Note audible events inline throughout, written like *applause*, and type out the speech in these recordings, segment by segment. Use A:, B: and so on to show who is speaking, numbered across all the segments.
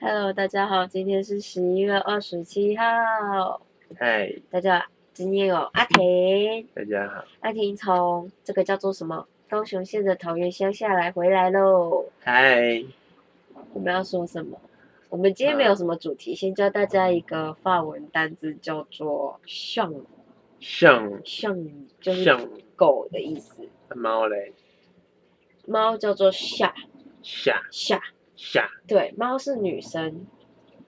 A: Hello，大家好，今天是十一月二十七号。
B: 嗨，
A: 大家，今天有阿婷，
B: 大家好。
A: 阿婷从这个叫做什么高雄县的桃园乡下来回来喽。
B: 嗨，
A: 我们要说什么？我们今天没有什么主题，先教大家一个法文单字，叫做 s h a n
B: 像
A: s h a n 就是
B: 像
A: 狗的意思。
B: 猫嘞，
A: 猫叫做 sha
B: 下
A: sha，
B: 下
A: 对，猫是女生，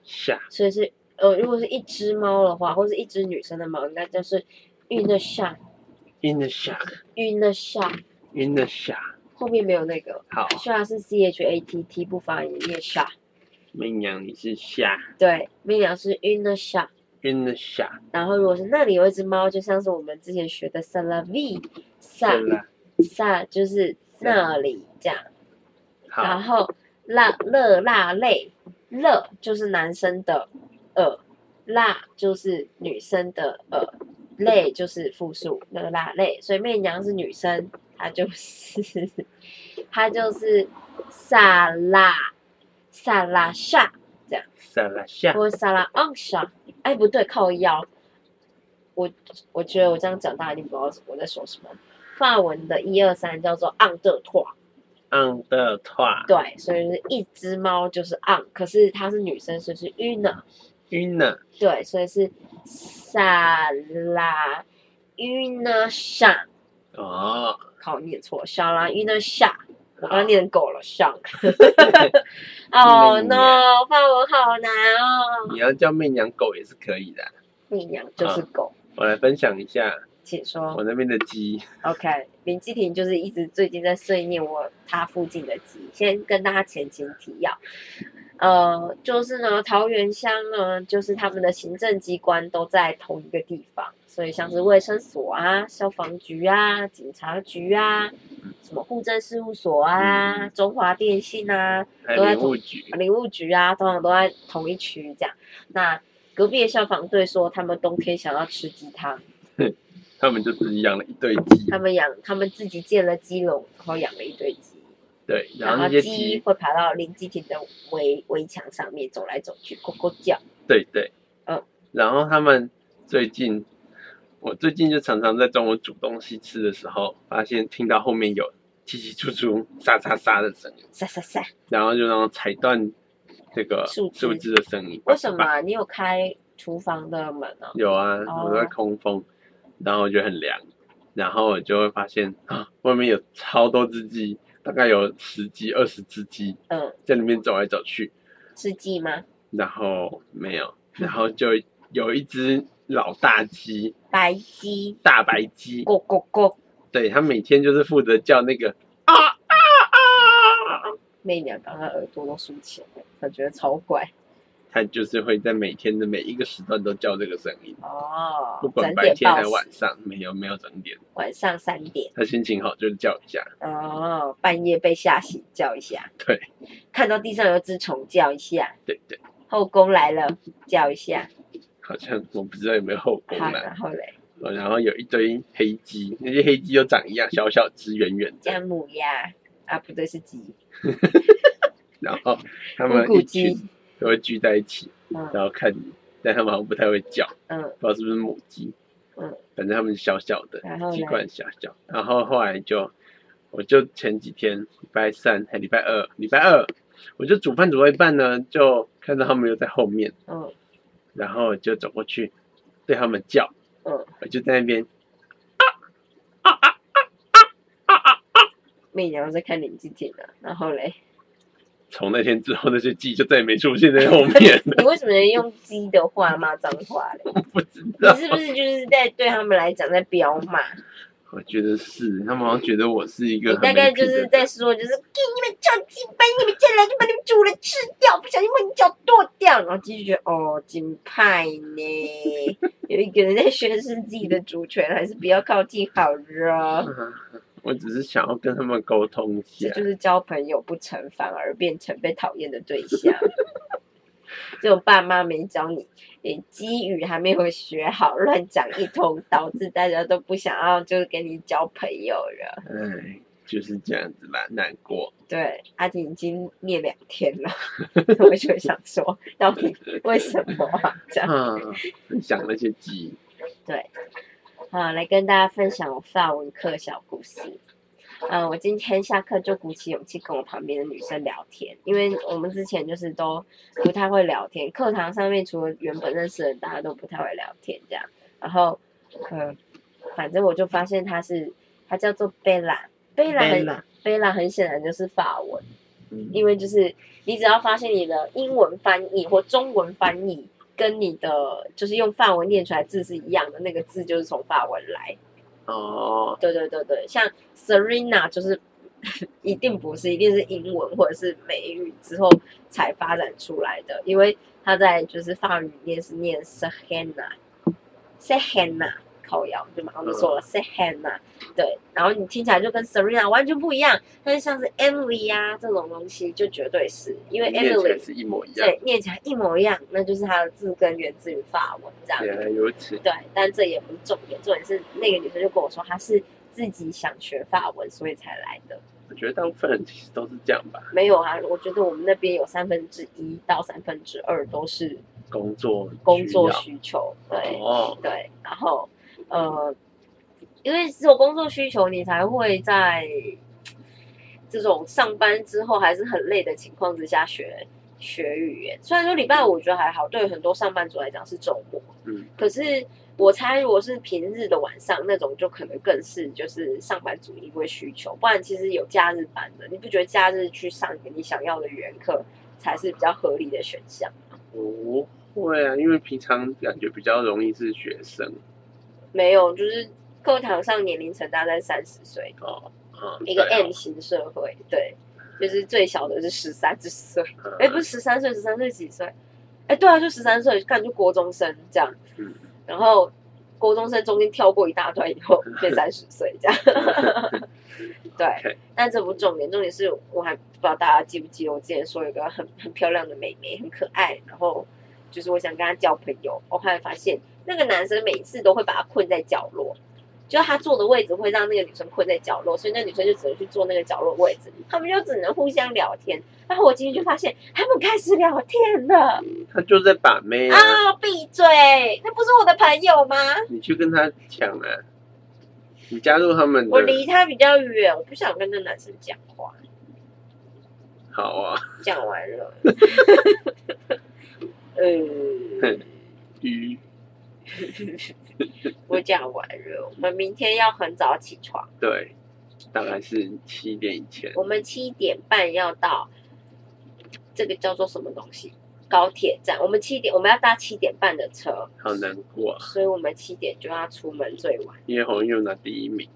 B: 下
A: 所以是呃，如果是一只猫的话，或是一只女生的猫，应该就是 une chat，une
B: ，in the shark，in
A: chat，
B: the shark。
A: 后面没有那个
B: 好，
A: chat 是 c h a t t 不发音，念 chat。
B: 明阳你是下
A: 对，媚娘是 une chat。
B: ，in the shark。
A: 然后如果是那里有一只猫，就像是我们之前学的 c e l a v i s
B: 对
A: a
B: 了，
A: s a 就是那里这样。然
B: 好，
A: 后辣热辣类，热就是男生的呃，辣就是女生的呃，类就是复数热辣类，所以媚娘是女生，她就是 *laughs* 她就是萨拉萨拉夏
B: 萨拉下，
A: 或萨拉昂夏，哎不对，靠腰。我我觉得我这样讲，大家一定不知道我在说什么。法文的一二三叫做 on the t o
B: 昂的话
A: 对，所以就是一只猫就是 on，可是它是女生，所以是 una。
B: ，in the
A: 对，所以是萨拉 una 上，
B: 哦，
A: 靠，我念错，萨拉 una 上，我刚
B: 好
A: 刚念狗了，上。哦
B: 你们
A: no，法文好难哦。
B: 你要叫媚娘狗也是可以的。
A: 媚娘
B: 啊
A: 就是狗，
B: 我来分享一下
A: 请
B: 我
A: 说。
B: 那边的鸡，
A: OK，林继廷就是一直最近在碎念我他附近的鸡，先跟大家前情提要。呃，就是呢，桃园乡呢，就是他们的行政机关都在同一个地方，所以像是卫生所啊、消防局啊、警察局啊、什么户政事务所啊、
B: 嗯
A: 中华电信啊、
B: 还
A: 都在
B: 有林务局，
A: 林务局啊，通常都在同一区这样。那隔壁的消防队说，他们冬天想要吃鸡汤，
B: 他们就自己养了一堆鸡
A: 他，们养，他们自己建了鸡笼，然后养了一堆鸡，
B: 对，然
A: 然后
B: 后那些
A: 鸡
B: 鸡，
A: 会爬到林鸡亭的围围墙上面走来走去，咕咕叫。
B: 对对，
A: 嗯，
B: 然后他们最近，我最近就常常在中午煮东西吃的时候，发现听到后面有叽叽出出、沙沙沙的声音，
A: 撒撒撒！
B: 然后就那种踩断这个
A: 树枝
B: 树枝的声音。
A: 为什么
B: 叭叭叭
A: 啊你有开厨房的门呢、
B: 有啊，
A: 哦
B: 我在空风，然后我觉得很凉，然后我就会发现啊，外面有超多只鸡，大概有十几、二十只鸡
A: 嗯，
B: 在里面走来走去，
A: 是鸡吗？
B: 然后没有，然后就有一只老大鸡。
A: 白鸡，
B: 大白鸡，
A: 咕咕咕。
B: 对他每天就是负责叫那个啊啊啊，
A: 媚娘刚刚耳朵都竖起来了，她觉得超怪
B: 他就是会在每天的每一个时段都叫这个声音，
A: 哦
B: 不。管
A: 整
B: 白
A: 点
B: 天
A: 报
B: 还是
A: 时
B: 晚，上，没有没有整点，
A: 晚上三点
B: 他心情好就叫一下，
A: 哦，半夜被吓醒叫一下，
B: 对
A: 看到地上有只虫叫一下，
B: 对对，
A: 后宫来了叫一下，
B: 好像我不知道有没有后宫
A: 好，
B: 啦，
A: 然后嘞，
B: 哦然后有一堆黑鸡，那些黑鸡都长一样，小小只圆圆的，
A: 姜母鸭啊，不对，是鸡，
B: 然后他
A: 咕
B: 们
A: 咕
B: 一群
A: 鸡，
B: 都会聚在一起，
A: 嗯
B: 然后看你，但他们好像不太会叫，
A: 嗯，
B: 不知道是不是母鸡，
A: 嗯，
B: 反正他们小小的，
A: 然后
B: 鸡
A: 嘞，
B: 冠小小，然后后来就，我就前几天礼拜三哎还礼拜二，礼拜二我就煮饭煮到一半呢，就看到他们又在后面，
A: 嗯
B: 然后我就走过去对他们叫，
A: 嗯，
B: 我就在那边，
A: 媚娘在看林志婷呢，然后
B: *laughs*
A: 嘞，
B: 从那天之后那些鸡就再也没出现在后面了， *laughs*
A: 你为什么用鸡的话骂脏话嘞？
B: 我不知
A: 你
B: 道，
A: 是不是就是在
B: *laughs*
A: 对他们来讲在彪骂？
B: 我觉得是，他们好像觉得我是一个
A: 你
B: 很
A: 大
B: 没
A: 概
B: 品
A: 就
B: 的
A: 是
B: 人
A: 在说，就是给你们叫鸡，把你们进来就把你们煮了吃掉，不小心把你脚剁掉，然后继续觉得哦，金派呢， *laughs* 有一个人在宣示自己的主权，还是不要靠近好哦了。
B: 嗯我只是想要跟他们沟通一
A: 这
B: 下，
A: 就是交朋友不成，反而变成被讨厌的对象。 *laughs* 这种爸妈没教你，连基语还没有学好，乱讲一通，导致大家都不想要就是跟你交朋友了。
B: 哎，就是这样子啦，难过。
A: 对，阿锦已经念两天了， *laughs* 我就想说，到底为什么啊？这样
B: 啊，分享那些记忆。
A: 对，啊，来跟大家分享我法文课小故事。嗯、我今天下课就鼓起勇气跟我旁边的女生聊天，因为我们之前就是都不太会聊天，课堂上面除了原本认识的人，大家都不太会聊天这样。然后，嗯，反正我就发现她是，她叫做贝拉，贝拉很
B: Bella
A: 贝拉很显然就是法文。
B: 嗯
A: 因为就是你只要发现你的英文翻译或中文翻译跟你的就是用法文念出来字是一样的，那个字就是从法文来。
B: 哦，
A: 对对对对，像 Serena 就是 *laughs* 一定不是，一定是英文或者是美语之后才发展出来的，因为它在就是法语里面是念 Serena，Serena 口音就马上就
B: 嗯
A: 说了 Serena，对，然后你听起来就跟 Serena 完全不一样，但是像是 Emily 呀、这种东西就绝对是因为
B: 念起
A: Emily
B: 来是一模一样。
A: 对念起来一模一样，那就是它的字根源自于法文这样。
B: 原来如此。
A: 对，但这也不是重点，重点是那个女生就跟我说，她是自己想学法文，所以才来的。
B: 我觉得大部分人其实都是这样吧，
A: 没有啊，我觉得我们那边有三分之一到三分之二都是
B: 工作
A: 工作
B: 需
A: 需求，
B: 要
A: 对
B: 哦，
A: 对，然后呃，因为只有工作需求，你才会在这种上班之后还是很累的情况之下学学语言。虽然说礼拜五我觉得还好，对于很多上班族来讲是周末，
B: 嗯，
A: 可是我猜，如果是平日的晚上那种，就可能更是就是上班族因为需求，不然其实有假日班的，你不觉得假日去上一个你想要的语言课才是比较合理的选项？
B: 不会啊，因为平常感觉比较容易是学生
A: 没有，就是课堂上年龄层大概三十岁，
B: 哦，嗯，
A: 一个
B: 对啊
A: M 型社会，对，就是最小的是十三岁，
B: 嗯
A: 哎，不是十三岁，十三岁几岁？哎，对啊，就十三岁，干就国中生这样，
B: 嗯
A: 然后国中生中间跳过一大段以
B: 嗯
A: 后变三十岁这样。
B: *laughs*
A: 对
B: OK，
A: 但这不重点，重点是我还不知道大家记不记得我之前说有个很很漂亮的妹妹，很可爱，然后就是我想跟她交朋友，我后来发现那个男生每次都会把她困在角落，就是他坐的位置会让那个女生困在角落，所以那女生就只能去坐那个角落位置，他们就只能互相聊天。然后我进去就发现他们开始聊天了
B: 他就在把妹啊，嗯
A: 啊！闭嘴，那不是我的朋友吗？
B: 你去跟他抢啊，你加入他们的，
A: 我离他比较远，我不想跟那男生讲话。
B: 好啊，
A: 讲完了。 *laughs* 呃，
B: 嗯鱼
A: 我讲完了。我们明天要很早起床，
B: 对，大概是七点以前，
A: 我们七点半要到这个叫做什么东西高铁站。我们七点我们要搭七点半的车，
B: 好难过啊，
A: 所以我们七点就要出门最晚。
B: 因为红又拿第一名，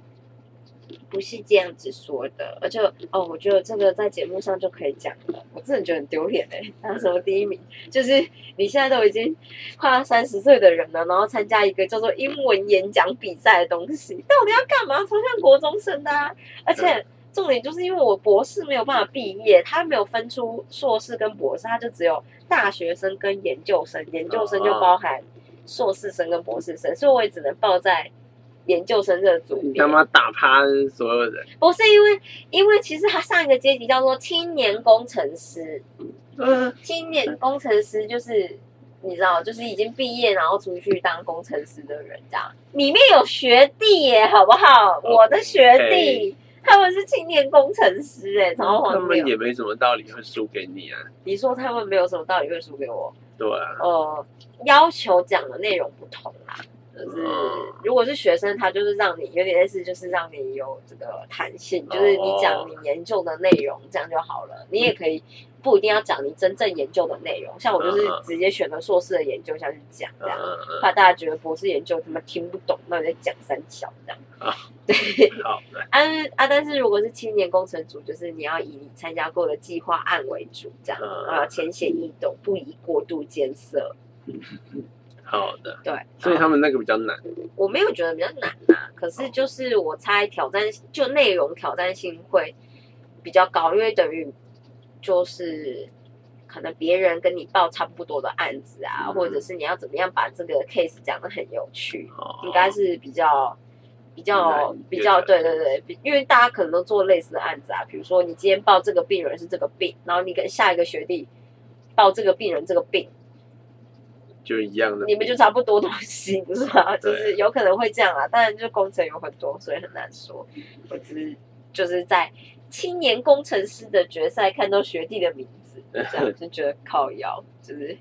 A: 不是这样子说的，而且哦，我觉得这个在节目上就可以讲了。我真的觉得很丢脸哎、拿什么第一名？就是你现在都已经快要三十岁的人了，然后参加一个叫做英文演讲比赛的东西，到底要干嘛？超像国中生的、啊，而且。重点就是因为我博士没有办法毕业，他没有分出硕士跟博士，他就只有大学生跟研究生，研究生就
B: 哦
A: 包含硕士生跟博士生，所以我也只能报在研究生这个组
B: 你
A: 别
B: 他。妈打趴所有人，
A: 不是因为，因为其实他上一个阶级叫做青年工程师，
B: 嗯，
A: 青年工程师就是你知道，就是已经毕业然后出去当工程师的人，这样里面有学弟耶，好不
B: 哦
A: 好？我的学弟。他们是青年工程师哎、超
B: 他
A: 荒
B: 们
A: 谬！
B: 也没什么道理会输给你啊，
A: 你说他们没有什么道理会输给我？
B: 对啊，
A: 呃，要求讲的内容不同啦，就是
B: 嗯
A: 如果是学生，他就是让你有点类似，就是让你有这个弹性，就是你讲
B: 哦
A: 你研究的内容，这样就好了。你也可以不一定要讲你真正研究的内容，像我就是
B: 嗯嗯
A: 直接选了硕士的研究下去讲，这
B: 嗯
A: 样
B: 嗯
A: 怕大家觉得博士研究他妈听不懂，那我在讲三小这样。
B: 嗯，好，来
A: 啊啊！但是如果是青年工程组，就是你要以你参加过的计划案为主，这样
B: 嗯
A: 啊，浅显易懂，不宜过度艰涩。
B: 好的，
A: 对，
B: 所以他们那个比较难，
A: 我没有觉得比较难啊，可是就是我猜挑战就内容挑战性会比较高，因为等于就是可能别人跟你报差不多的案子啊，
B: 嗯
A: 或者是你要怎么样把这个 case 讲得很有趣，
B: 哦
A: 应该是比较比较
B: 难以
A: 比
B: 辨
A: 较
B: 认
A: 对对对，比因为大家可能都做类似的案子啊，比如说你今天报这个病人是这个病，然后你跟下一个学弟报这个病人这个病，
B: 就一样的。
A: 你们就差不多东西， *laughs* 不是吗？就
B: 对
A: 是有可能会这样啊。当然，就工程有很多，所以很难说。我只是就是在青年工程师的决赛看到学弟的名字，这样就觉得靠腰，就是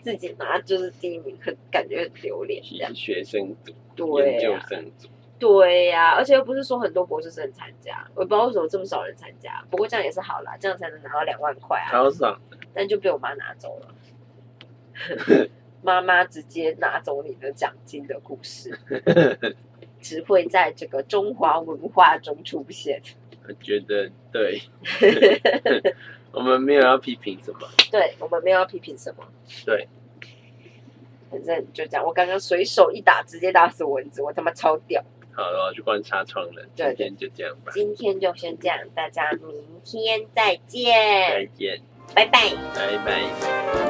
A: 自己拿就是第一名，很感觉很丢脸这
B: 其
A: 样。
B: 实学生组、研
A: 对啊
B: 究
A: 呀、
B: 生组，
A: 对呀、而且又不是说很多博士生参加，我也不知道为什么这么少人参加。不过这样也是好啦，这样才能拿到两万块啊。
B: 超爽。 *laughs*
A: 但就被我妈拿走了。妈妈直接拿走你的奖金的故事，只会在这个中华文化中出现。
B: 我觉得
A: *laughs*
B: 对，我们没有要批评什么，
A: 对我们没有要批评什么。
B: 对，
A: 反正就这样。我刚刚随手一打，直接打死蚊子，我他妈超屌。
B: 好了，我去观察窗了。今
A: 对
B: 天就这样吧，
A: 今天就先这样，大家明天再
B: 再
A: 见，
B: 见，
A: 拜拜。
B: 拜拜。